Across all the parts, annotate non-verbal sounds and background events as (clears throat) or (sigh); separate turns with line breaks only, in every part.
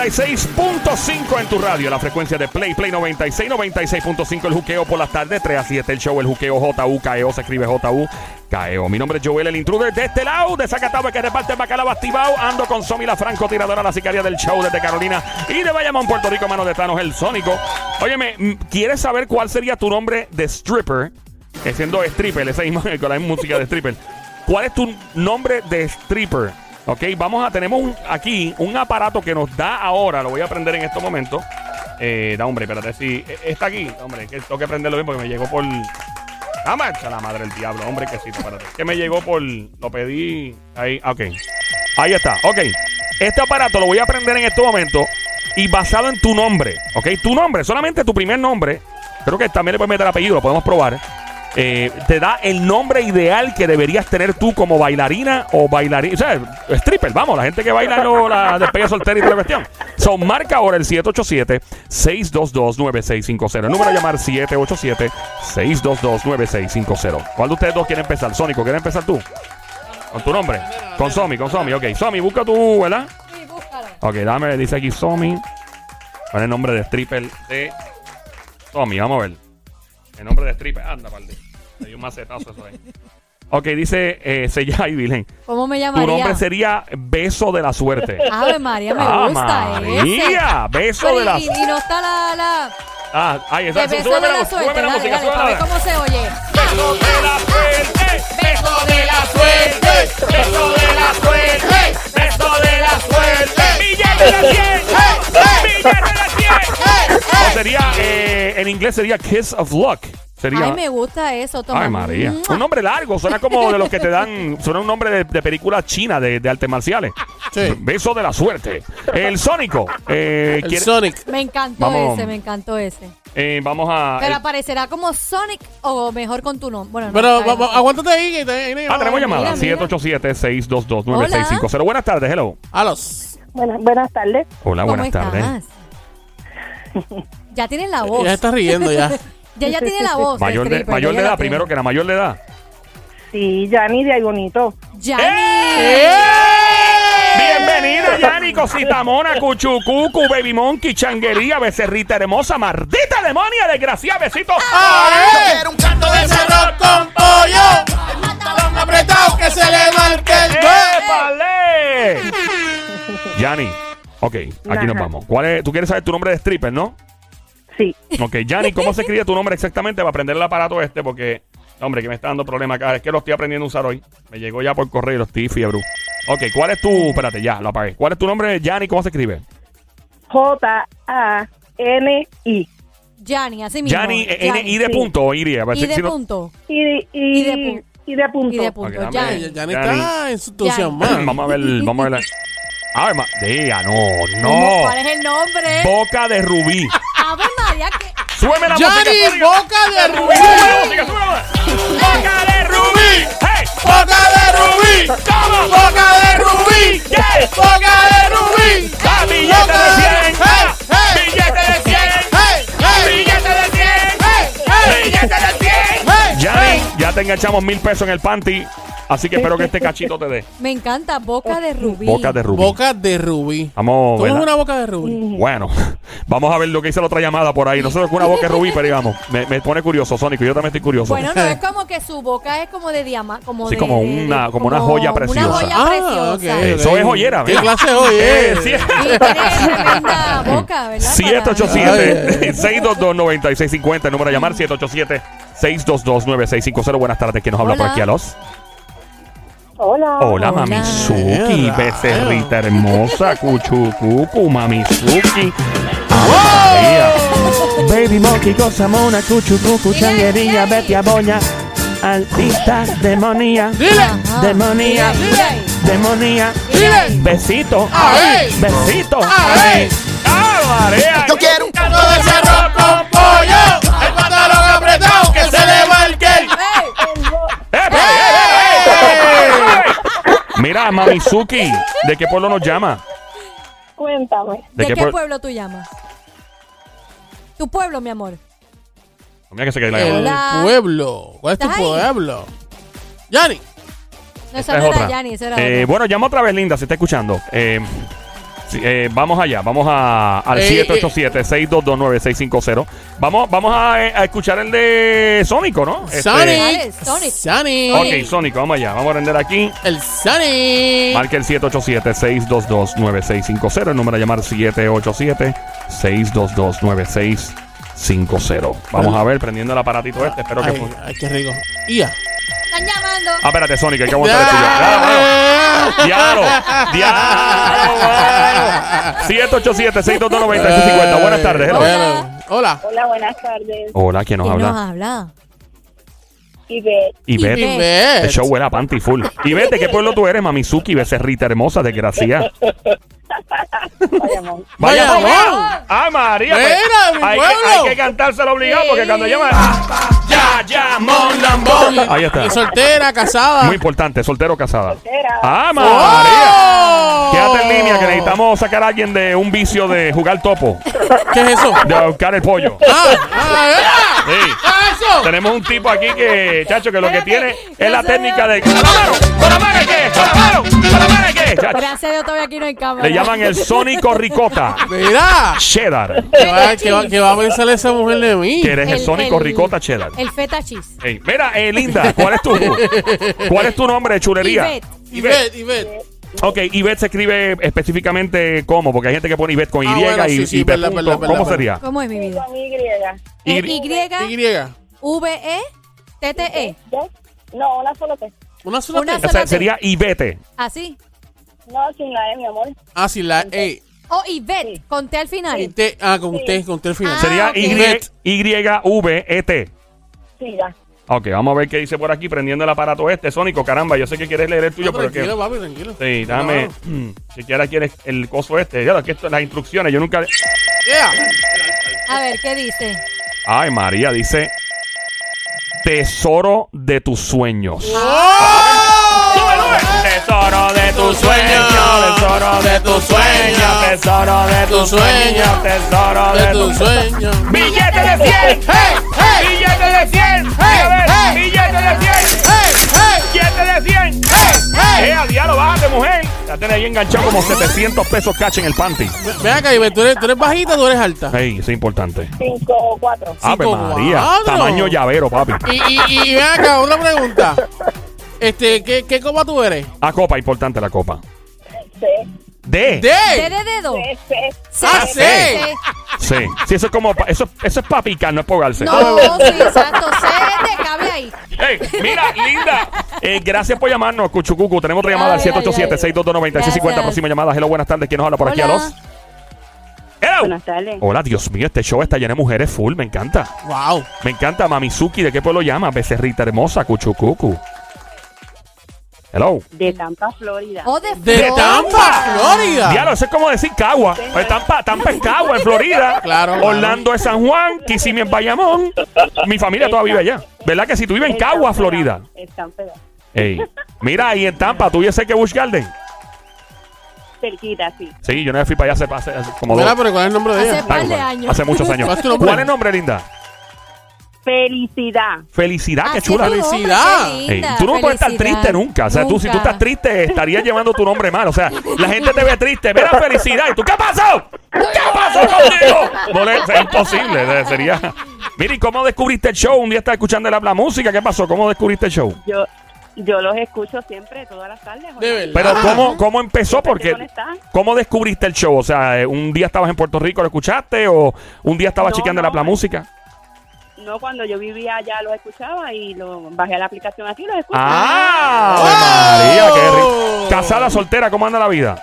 96.5 en tu radio, la frecuencia de Play, Play 96, 96.5 el juqueo por las tardes, 3 a 7 el show, el juqueo J-U-K-E-O, E se escribe J-U-K-E-O. E Mi nombre es Joel, el intruder de este lado, de Zacatau, que reparte el bacalao activado, ando con Somi, la francotiradora, la sicaria del show desde Carolina y de Bayamón, Puerto Rico, mano de Thanos, el sónico. Óyeme, mm, ¿quieres saber cuál sería tu nombre de stripper? Eh, Siendo stripper, esa imagen con la misma música de stripper. ¿Cuál es tu nombre de stripper? Ok, vamos a, tenemos un- aquí un aparato que nos da ahora, lo voy a prender en estos momentos. Eh, da, hombre, espérate, si eh, está aquí, hombre, que tengo que prenderlo bien porque me llegó por... La marcha, la madre del diablo, hombre, que sí, espérate. Que me llegó por... Lo pedí... Ahí, ah, ok. Ahí está, ok. Este aparato lo voy a prender en este momento y basado en tu nombre, ok. Tu nombre, solamente tu primer nombre. Creo que también le puedes meter apellido, lo podemos probar. Eh, te da el nombre ideal que deberías tener tú como bailarina o bailarina. O sea, stripper, vamos, la gente que baila lo- la despegue soltera y toda la cuestión. Son marca ahora el 787-622-9650. El número a llamar 787-622-9650. ¿Cuál de ustedes dos quiere empezar? Sónico, ¿quieres empezar tú? Con tu nombre. Con Somi, con Somi, ok. Somi, busca tu, ¿verdad?
Sí, búscalo.
Ok, dame, dice aquí Somi. ¿Cuál es el nombre de stripper de Somi? Vamos a ver. El nombre de stripper. Anda, palde. Le dio un macetazo eso ahí. Ok, dice eh, Sella y Vilén.
¿Cómo me
Tu
llamaría?
nombre sería Beso de la
(laughs)
Suerte.
Ave María, me
¡Ah,
gusta ese.
María! Beso
Pero
de la
y, y no está la... la
Ah, ahí
de
está.
beso
Súbeme
de
la,
la
música, súbeme la
suerte. Dale,
música, súbeme
dale, para ver
la
cómo se oye.
Beso de la suerte.
Beso de la suerte.
Beso de la suerte, beso de la suerte. Billete de 100, billete de 100. O sería, eh, en inglés sería kiss of luck. Sería.
Ay, me gusta eso. Toma. Mm,
Ay, María.
Mua.
Un nombre largo, suena como de los que te dan, suena un nombre de, de película china de, de artes marciales.
Sí.
Beso de la suerte. El Sónico. eh,
El
quiere-
Sonic.
Me encantó
Vamos.
ese, me encantó ese.
eh, vamos a.
Pero
eh,
aparecerá como Sonic o mejor con tu nombre. Bueno, no,
Pero
está bien.
va- va- aguántate ahí. Que te, ahí
ah, tenemos llamada.
mira.
787-622-9650. Buenas tardes, hello.
A los.
Buenas, buenas tardes.
Hola,
¿Cómo
Ah, buenas
estás?
tardes.
(laughs)
Ya tiene la voz.
Ya está riendo ya.
(laughs) Ya ya tiene la voz.
Mayor de,
stripper,
mayor
ya
de
la
edad,
tiene.
primero que la mayor de edad.
Sí, Yani de ahí bonito.
Yani.
¡Eh!
Bienvenida, Yani, cosita mona, cuchucucu, baby monkey, changuería, becerrita hermosa, maldita demonia, desgraciada, besito.
Ah,
¡Era un canto de cerro con pollo! ¡Tan apretado que se le marque
¡Eh,
el
¡Épale! Yani, ok, aquí
Ajá.
nos vamos. ¿Cuál es, tú quieres saber tu nombre de stripper, ¿no?
Sí.
Ok, Yani, ¿cómo se escribe tu nombre exactamente para aprender el aparato este? Porque, hombre, que me está dando problema acá. Es que lo estoy aprendiendo a usar hoy. Me llegó ya por correo y lo estoy fiebre. Ok, ¿cuál es tu... Espérate, ya, lo apagué. ¿Cuál es tu nombre, Yani? ¿Cómo se escribe?
J-A-N-I.
Yani, así mismo.
Yani, eh,
Yani.
N-I de punto o Iria.
Y de punto.
Y, de- y,
Y de pu-
y de punto.
Y de punto.
Ok, dame-
Yani.
Ya no
Yani.
está entusiasmado.
(clears throat) Vamos a ver, vamos a ver. A ver, ma- Día, no, no.
¿Cuál es el nombre?
Boca de rubí.
Ave María, que.
Súbeme la música.
¡Yanni,
Sónico.
boca de
Súbeme la
rubí!
música, súbeme la música. Boca de rubí. Hey,
¡Boca de rubí!
¿Cómo?
¡Boca de rubí!
Yeah.
¡Boca de rubí!
Ah, billete de 100. Ah,
Hey, hey.
Billete de 100.
¡Hey! ¡Hey!
Billete de 100.
¡Hey! ¡Hey!
Billete de 100.
Hey,
Yani,
hey.
ya te enganchamos mil pesos en el panty. Así que espero que este cachito te
(laughs)
dé.
Me encanta Boca de Rubí.
Oh, Boca de rubí.
Boca de rubí.
Vamos,
¿Cómo es
¿verdad?
una boca de rubí?
Bueno, (laughs) vamos a ver lo que dice la otra llamada por ahí. No sé lo que una boca es rubí, pero digamos, me, me pone curioso, Sónico. Yo también estoy curioso.
Bueno, no es como que su boca es como de diamante. Como
Sí,
de-
como
de-
una-
de-
como una joya
Una
preciosa.
joya
Ah,
preciosa.
ok.
Eso es joyera,
¿Qué
mira.
clase
(laughs)
hoy
Eh,
es?
sí.
Y
(laughs)
tiene tremenda boca, ¿verdad?
787 622 9650 el número a llamar 787 622 9650 buenas tardes ¿quién nos habla
Hola.
por aquí a los
Hola.
hola
Hola.
mamizuki
Qué
becerrita
(laughs)
hermosa cuchucucu mamizuki María.
Baby monkey, cosa mona, cuchucucu, changuería, vete a boña. Altita, demonía,
Dile.
demonía,
Dile.
demonía.
Dile.
Besito,
¡Ay!
besito.
¡Ay!
¡Ah, María!
Yo quiero un canto de cerro con pollo. El pantalón apretado que se le marque el.
¡Eh, eh, eh, eh, eh! Mira, Mamizuki, ¿de qué pueblo nos llama?
Cuéntame.
¿De, qué,
pueblo?
pueblo tú llamas? Tu pueblo, mi amor.
Mira que se
Eh,
cae la
El
llamada.
Hola.
pueblo. ¿Cuál es tu
¿Estás ahí?
pueblo? Yanni.
No,
Esta
esa
es
no era
otra.
Yanni, esa era
Eh,
otra.
bueno, llama otra vez, Linda, si está escuchando. Eh, Sí, eh, vamos allá, vamos a, al
Eh,
787-622-9650. Vamos, vamos a, eh, a escuchar el de Sónico, ¿no? Este,
Sonic.
Alex, Sonic.
Sonic.
ok, Sónico, vamos allá. Vamos a render aquí.
El Sonic.
Marca el 787-622-9650. El número a llamar 787-622-9650. Vamos a ver, prendiendo el aparatito este. Espero que
Ay,
funcione.
ay, qué rico. Ia.
Están llamando.
Ah, espérate, Sónico, hay que aguantar el tuyo. Ah, ah,
(laughs)
¡Diablo! ¡Diablo! mano. 787-622-9650. Buenas tardes, hello.
Hola. Hola.
Hola, buenas tardes.
Hola, ¿quién nos
¿Quién nos
habla?
habla?
Ivette,
Ivette.
Ivette.
Eh, El show era panty full. Y vete, ¿qué pueblo tú eres, Mamizuki? Becerrita hermosa, desgraciada.
Bayamón.
Vaya,
Bayamón.
¡Ah, María!
Mira,
pues,
mi
hay,
pueblo.
que, hay que cantárselo obligado porque cuando llama. ¡Ya, ya, mon, lambón! Ahí está.
Y soltera, casada.
Muy importante, soltero o casada.
Soltera.
¡Ah, María!
¡Oh!
Quédate en línea que necesitamos sacar a alguien de un vicio de jugar topo,
¿Qué es eso?
de buscar el pollo.
Ah, ah, eh.
Sí.
Ah, eso.
(laughs) Tenemos un tipo aquí que, chacho, que lo que tiene
Espérate,
es la
no se
técnica
vea.
de. ¡Con la mano! ¡Con la mano! ¿Qué? ¡Con la mano! ¡Con la mano! ¿Qué? Chacho.
Gracias a Dios todavía aquí no hay cámara.
Le llaman el
(laughs)
Sónico Ricota.
Mira.
Cheddar.
¿Qué va, qué va, qué va a pensar esa mujer de mí?
Que eres el, Sónico Ricota Cheddar.
El feta cheese.
Ey, mira, eh, Linda, ¿cuál es tu cuál es tu nombre de chulería?
Ivette.
Ivette, Ivette.
Ok, Ivette se escribe específicamente cómo, porque hay gente que pone Ivette con Y
Ah, bueno,
y,
sí, sí,
y P
verdad,
punto.
verdad, verdad,
¿Cómo
verdad.
sería?
¿Cómo es mi vida?
Con Y.
Y-
Y.
Y, V, E, T, T, E.
¿Dos? No, una sola T.
Una sola
Una
T.
O sea,
Espérate.
sería Ivete.
Así.
No, sin la E, mi amor.
Ah, sí, la E.
O Ivette, con T al
Y
final.
T. Ah, con usted, con usted al final.
Ah,
Sería
ok.
Y- E
Ivette.
Y-V-E-T.
Sí, ya.
Ok, vamos a ver qué dice por aquí prendiendo el aparato este. Sónico, caramba, yo sé que quieres leer el tuyo,
No,
pero que...
tranquilo, papi, tranquilo.
Sí, dame... mm,
No.
Si quieres, quieres el coso este. Ya, lo que esto- las instrucciones, yo nunca...
Yeah.
A ver, ¿qué dice?
Ay, María, dice... Tesoro de tus sueños. ¡Oh! Tesoro de tus sueños, tesoro de tus sueños, tesoro de tus sueños, tesoro de
De tu
tus
sueño.
billete de 100,
¡Hey! ¡Hey!
billete de 100,
Hey,
a ver,
hey.
billete de 100,
¡Hey! ¡Hey!
billete de 100.
¡Hey!
Eh, a diablo, bájate, mujer. La tenés ahí enganchado como 700 pesos cash en el panty.
Ve- Ven acá, Ivette, ¿tú eres, tú eres bajita o tú eres alta?
Ey, eso es importante.
Cinco o cuatro.
Ave
Cinco,
María,
cuatro.
tamaño llavero, papi.
Y, y, y ven acá, una pregunta. Este, ¿qué, qué copa tú eres?
La copa, importante la copa.
C.
D.
¡D!
T de dedo.
C, C.
C,
Ah,
C,
C.
Sí. Sí, eso es como, pa- eso, eso es para picar, no es para ahogarse.
No, sí, exacto.
(laughs)
C te cabe ahí.
Hey, mira, linda. Eh, gracias por llamarnos, Cuchucucu. Tenemos otra llamada al
Ay, ay, ay.
787-622-9650.
Gracias.
Próxima llamada. Hello, buenas tardes. ¿Quién nos habla por aquí a
Hola.
los? Hello.
Buenas tardes.
Hola, Dios mío, este show está lleno de mujeres full. Me encanta.
¡Wow!
Me encanta. Mamizuki, ¿de qué pueblo llama? Becerrita hermosa, Cuchucucu. Hello.
De Tampa, Florida.
O de,
¡De
flor.
Tampa, Florida!
Diablo, eso es como decir Cagua. Pues Tampa, Tampa es Cagua, en Florida.
(laughs) Claro, claro.
Orlando es San Juan, Kissimmee es Bayamón. Mi familia todavía vive allá. ¿Verdad que si tú vives en Cagua, Florida?
Están pegados.
Ey. Mira, y en Tampa, ¿tú ya sé que Bush Garden?
Cerquita, sí.
Sí, yo no fui para allá hace, hace- hace como
Mira,
dos.
pero ¿cuál es el nombre de
Hace
ella?
par de
Algo,
años.
Hace
(laughs)
muchos años.
¿Cuál es tu nombre?
¿Cuál es el nombre, linda?
Felicidad.
Felicidad,
Así
Ah, qué
es
chula.
tu nombre,
Felicidad.
qué
Ey,
linda,
tú no puedes estar
felicidad.
triste nunca. O sea, tú si tú
Nunca.
estás triste, estarías llevando tu nombre mal. O sea, la gente te ve triste. Mira, felicidad. ¿Y tú qué pasó? ¿Qué pasó contigo? No le- es imposible. de- Sería. Mira, ¿y cómo descubriste el show? Un día estás escuchando el habla música. ¿Qué pasó? ¿Cómo descubriste el show?
Yo, yo los escucho siempre, todas las tardes.
De verdad.
Pero,
Ah.
¿cómo, ¿cómo empezó? Porque.
conectada.
¿Cómo descubriste el show? O sea, eh, ¿un día estabas en Puerto Rico, lo escuchaste? ¿O un día estabas
No,
chequeando
no.
el habla música?
No, cuando yo vivía allá los escuchaba y lo bajé a la aplicación aquí los escucho.
¡Ah!
¡Oh!
Ave María, qué rico. Casada, soltera, ¿cómo anda la vida?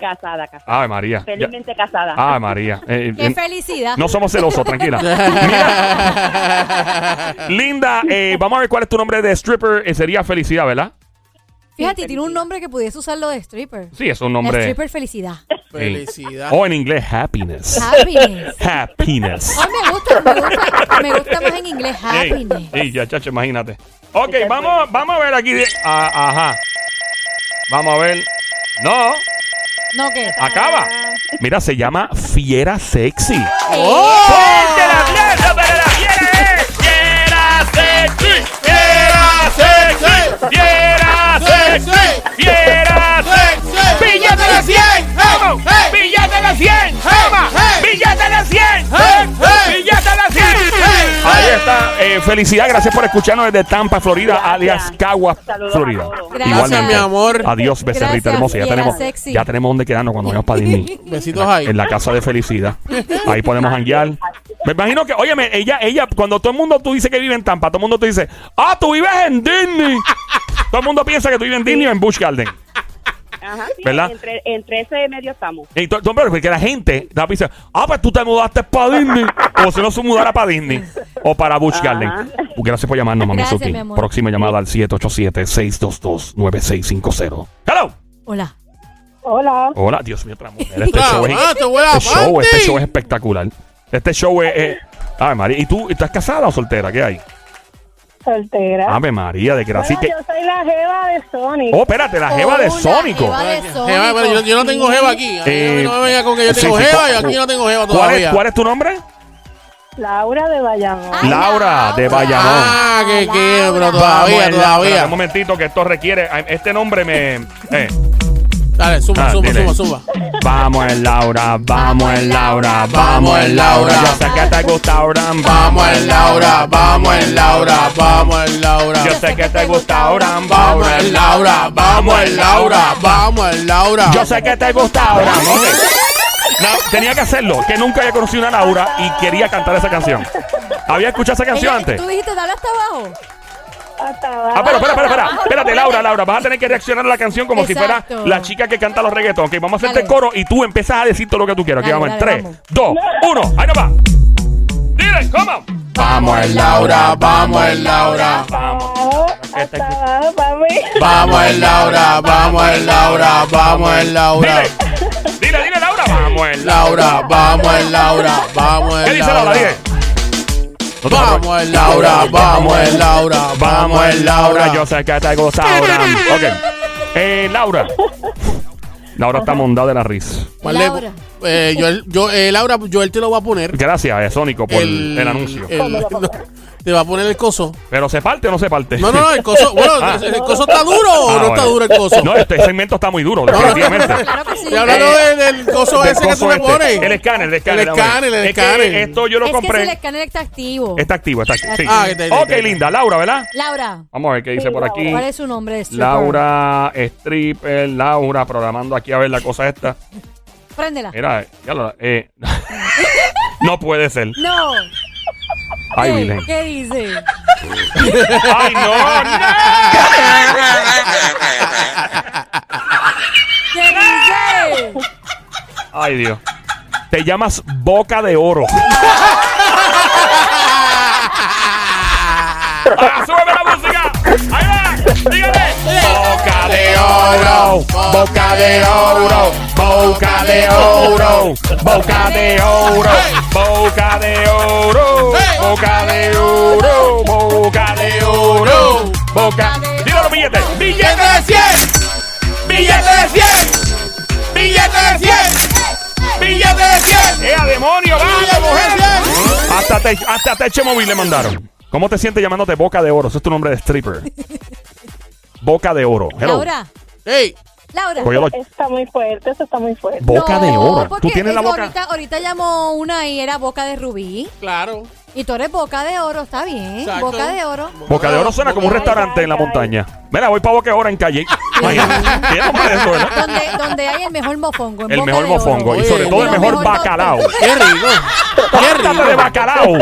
Casada, casada.
Ave María. Ya-
Felizmente casada.
Ave María. Eh,
Qué
eh,
felicidad.
no somos celosos, tranquila.
(laughs)
(laughs)
Mira. Linda, eh, vamos a ver cuál es tu nombre de stripper. Eh, sería Felicidad, ¿verdad?
Fíjate, tiene un nombre que pudiese usarlo de stripper.
Sí, es un
La
nombre.
stripper felicidad.
Sí.
Felicidad.
O en inglés, happiness.
Happiness.
happiness.
Ay, me gusta, me gusta, me gusta más en inglés.
Ey,
Happiness.
ey, ya, chacho, imagínate. Ok, vamos, vamos a ver aquí. de- a- ajá. Vamos a ver. No,
No, ¿qué?
acaba. Mira, se llllama Fiera Sexy.
¡Oh!
¡Fuerte el aplauso para la fiera! eh! ¡Fiera Sexy! ¡Fiera Sexy! ¡Fiera Sexy!
¡Sexy!
¡Fiera Sexy!
¡Sexy!
¡Billete de 100!
¡Hey! ¡Hey!
Eh, felicidad. Gracias por escucharnos desde Tampa, Florida,
Gracias.
alias Caguas,
Saludos a
Florida.
todos.
Gracias.
Igualmente.
mi amor.
Adiós, becerrita
Gracias,
hermosa. Ya
fiera
tenemos,
sexy.
ya tenemos donde quedarnos cuando vayamos para Disney.
Besitos ahí.
En la casa de felicidad. Ahí podemos hanguear. Me imagino que, óyeme, ella, ella, cuando todo el mundo tú dice que vive en Tampa, todo el mundo te dice, ah, tú vives en Disney. todo el mundo piensa que tú vives en Disney o en Bush Garden.
Ajá, sí,
¿Verdad?
Entre, entre ese medio estamos.
Y to- to- pero porque la gente la dice, ah, pues tú te mudaste para Disney. o si no se mudara para Disney. O para Bush
Ajá.
Garden. Gracias por llamarnos, mami
Gracias,
Suki.
mi amor.
Próxima llamada al 787-622-9650. ¡Hello!
Hola.
Hola.
Hola, Dios mío, otra mujer. Este
Ah,
show es,
ah, te huele a
este show,
panty.
este show es espectacular. Este show es. es- Ave María, ¿y tú estás casada o soltera? ¿Qué hay?
soltera.
Ave María, de que así
Bueno,
que.
yo soy la jeva de Sonic.
Ah, Oh, espérate, la jeva de
Hola,
Sónico.
jeva de
Jeva, pero yo, yo no tengo jeva aquí. A mí
Eh,
no me venga con que yo
sí,
tengo
sí,
jeva
cu-
y aquí no tengo jeva
¿Cuál
todavía.
es, cuál es tu nombre?
Laura de Bayamón.
Ah.
Ay,
Laura, de
Laura.
Bayamón.
Ah, que quiebro
Vamos,
todavía,
en la- espérate
todavía.
Un momentito que esto requiere. Este nombre me. eh.
Dale, suma,
Ah,
suma,
dile.
suma, suma.
Vamos en Laura, vamos en Laura, vamos
vamos
en
en
Laura.
Laura.
Yo sé que te gusta Oran,
Vamos en Laura, vamos en Laura, vamos en Laura.
Yo sé que te gusta Oran,
Vamos en Laura, vamos en Laura, vamos en Laura.
Yo sé que te gusta Oran. Ok. No, tenía que hacerlo, que nunca había conocido una Laura y quería cantar esa canción. Había escuchado esa canción
Ella-
antes.
Tú dijiste, dale hasta abajo.
Hasta
Ah,
abajo.
pero espera, espera, espera. Espérate, Laura, Laura, vas a tener que reaccionar a la canción como si
Exacto.
fuera la chica que canta los reggaetons. Ok, vamos a hacerte
Dale.
coro y tú empiezas a decir todo lo que tú quieras. Aquí
Dale,
vamos en
dale,
3, 2, 1. Ahí nos va. Dile, ¿cómo?
Vamos en Laura, vamos en Laura.
Vamos.
Abajo,
Este-
hasta abajo, papi.
Vamos en Laura, vamos en Laura, vamos en Laura.
Dile. Dile, dile, Laura. Vamos en la.
Laura, vamos en Laura, vamos
¿Qué
en
dice Laura? Dile.
Laura. Vamos en Laura, vamos en Laura, vamos en Laura.
eh, Yo sé que te gusta Laura. Ok. Eh, Laura. Laura está mondada de la risa.
Ponle-
Laura.
eh, Joel- yo, eh, Laura, Joel te lo va a poner.
Gracias, eh, Sónico, por el, anuncio.
el- (laughs) no, te va a poner el coso.
Pero se parte o no se parte.
No,
(laughs)
no, no, el coso. Bueno, el coso está duro o
Ah,
no está
bueno.
duro el coso.
No, este segmento está muy duro, definitivamente.
Claro que sí.
Estoy hablando
Eh,
de- del coso
Del
ese que tú
coso
me
este.
pones.
El
(laughs)
escáner, el escáner.
El
hombre.
escáner, el
Es que
escáner.
Esto yo lo
es que
compré.
si el escáner está activo.
Está activo, está activo. sí.
Ah, que está-
ok,
está-
linda. Laura, ¿verdad?
Laura,
Vamos a ver qué dice por aquí.
¿cuál es su nombre? stripper?
Laura, stripper, Laura, programando aquí a ver la cosa esta.
Préndela.
Mira, ya lo- eh, (laughs) no puede ser.
No.
Ay,
¿Qué?
Vilén.
¿Qué dice?
Ay, no, no.
¿Qué dice?
Ay, Dios. Te llamas Boca de Oro. Ah, ¡Súbeme la música! ¡Ahí va! ¡Dígale! ¡Boca de oro! ¡Boca de oro! ¡Boca de oro! ¡Boca de oro! ¡Boca de oro! ¡Boca de oro! ¡Boca de oro! ¡Boca de oro! los billetes! ¡Billetes!
¡Billete de 100! ¡Billete de 100! ¡Billete de 100! ¡Billete de 100!
¡Eh, a demonio! ¡Vamos, mujer!
¡Billete de 100!
Hasta, te, hasta techo móvil le mandaron. ¿Cómo te sientes llamándote Boca de Oro? Ese es tu nombre de stripper. Boca de Oro. Hello.
Laura,
¡Ey!
Laura.
Cogió los-
Está muy fuerte, eso está muy fuerte.
Boca de
No,
Oro.
porque
Tú tienes la
digo,
boca.
Ahorita, ahorita llamó una y era boca de rubí.
Claro.
Y tú eres boca de oro, está bien.
Exacto.
Boca de oro.
Boca de Oro suena como un
Boca de Oro.
restaurante en la
ay, ay.
montaña. Mira, voy para Boca de Oro en calle. Imagínate. Tiene nombre de eso, ¿verdad?
Donde, donde hay el mejor mofongo. en
El
Boca
mejor
de Oro.
mofongo. Y
Oye,
sobre todo el
lo
mejor
mejor
bacalao.
todo.
¡Qué rico!
(laughs)
¡Qué
Plátano de
rico!
bacalao.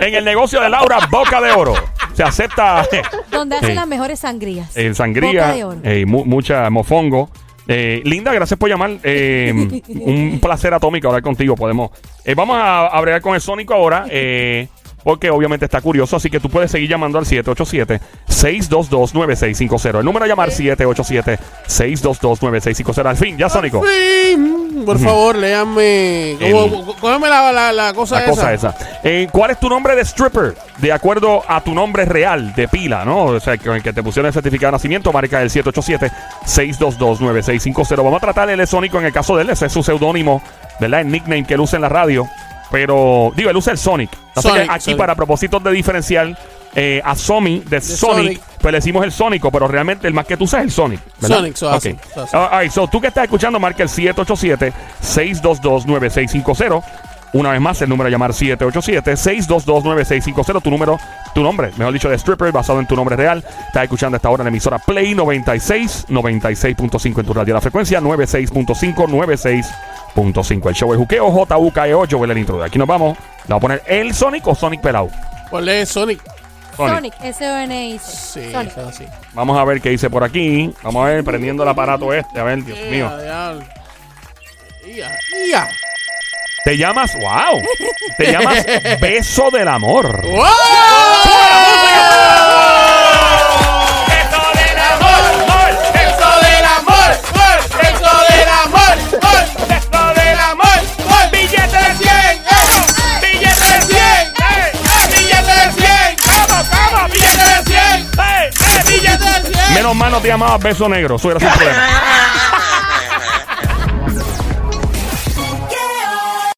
En el negocio de Laura, Boca de Oro. Se acepta eh,
Donde
Sí.
hacen las mejores sangrías.
eh,
Boca
sangría,
de oro.
eh, mu- mucha mofongo. Eh, Linda, gracias por llamar.
(laughs)
Eh, un placer atómico hablar contigo. Podemos. eh, vamos a, a bregar con el Sónico ahora. eh, porque obviamente está curioso, así que tú puedes seguir llamando al 787-622-9650. El número a
Eh.
llamar 787-622-9650. Al fin, ya Sónico.
Sí, mm, por favor, léame.
El-
Cómo- Cógeme la, la, la cosa
La
esa.
cosa esa. Eh, ¿Cuál es tu nombre de stripper? De acuerdo a tu nombre real, de pila, ¿no? O sea, con el que te pusieron el certificado de nacimiento, marca el 787-622-9650. Vamos a tratar el Sónico en el caso de él, ese es su seudónimo, ¿verdad? El nickname que él usa en la radio. Pero, digo, él usa el Sonic. Así
Sonic,
que aquí,
Sonic.
para propósitos de diferenciar eh, a Somi de, Sonic,
Sonic.
pues le decimos el Sónico, pero realmente el más que tú usas es el Sonic. ¿verdad?
Sonic, so así,
Ok. Ah,
so así.
All right, so tú que estás escuchando, marca el 787-622-9650. Una vez más, el número a llamar 787-622-9650. Tu número, tu nombre, mejor dicho, de stripper, basado en tu nombre real. Estás escuchando esta hora en la emisora Play 96, 96.5 en tu radio. La frecuencia 96.5, 96.5. El show es Juqueo, J-U-K-E-O, Joel el intruder. Aquí nos vamos. Le voy a poner el Sonic o Sonic Pelao.
Ponle Sonic.
Sonic, S-O-N-I-C.
Sí,
Sonic.
eso es así.
Vamos a ver qué dice por aquí. Vamos a ver, prendiendo el aparato este. A ver, Dios
Ya,
mío.
ya. Ya, ya.
Te llamas, wow. Te llamas Beso del Amor.
¡Wow!
Beso del amor,
Beso del amor, gol. Beso del amor, gol.
beso
del amor, gol. Billete de 100, ey. Billete de 100, ey. Ey, Billete de 100, vamos, vamos. eh, Billete de 100, ey. Billete de 100.
Menos mal no te llamabas Beso Negro. Eso era sin problema.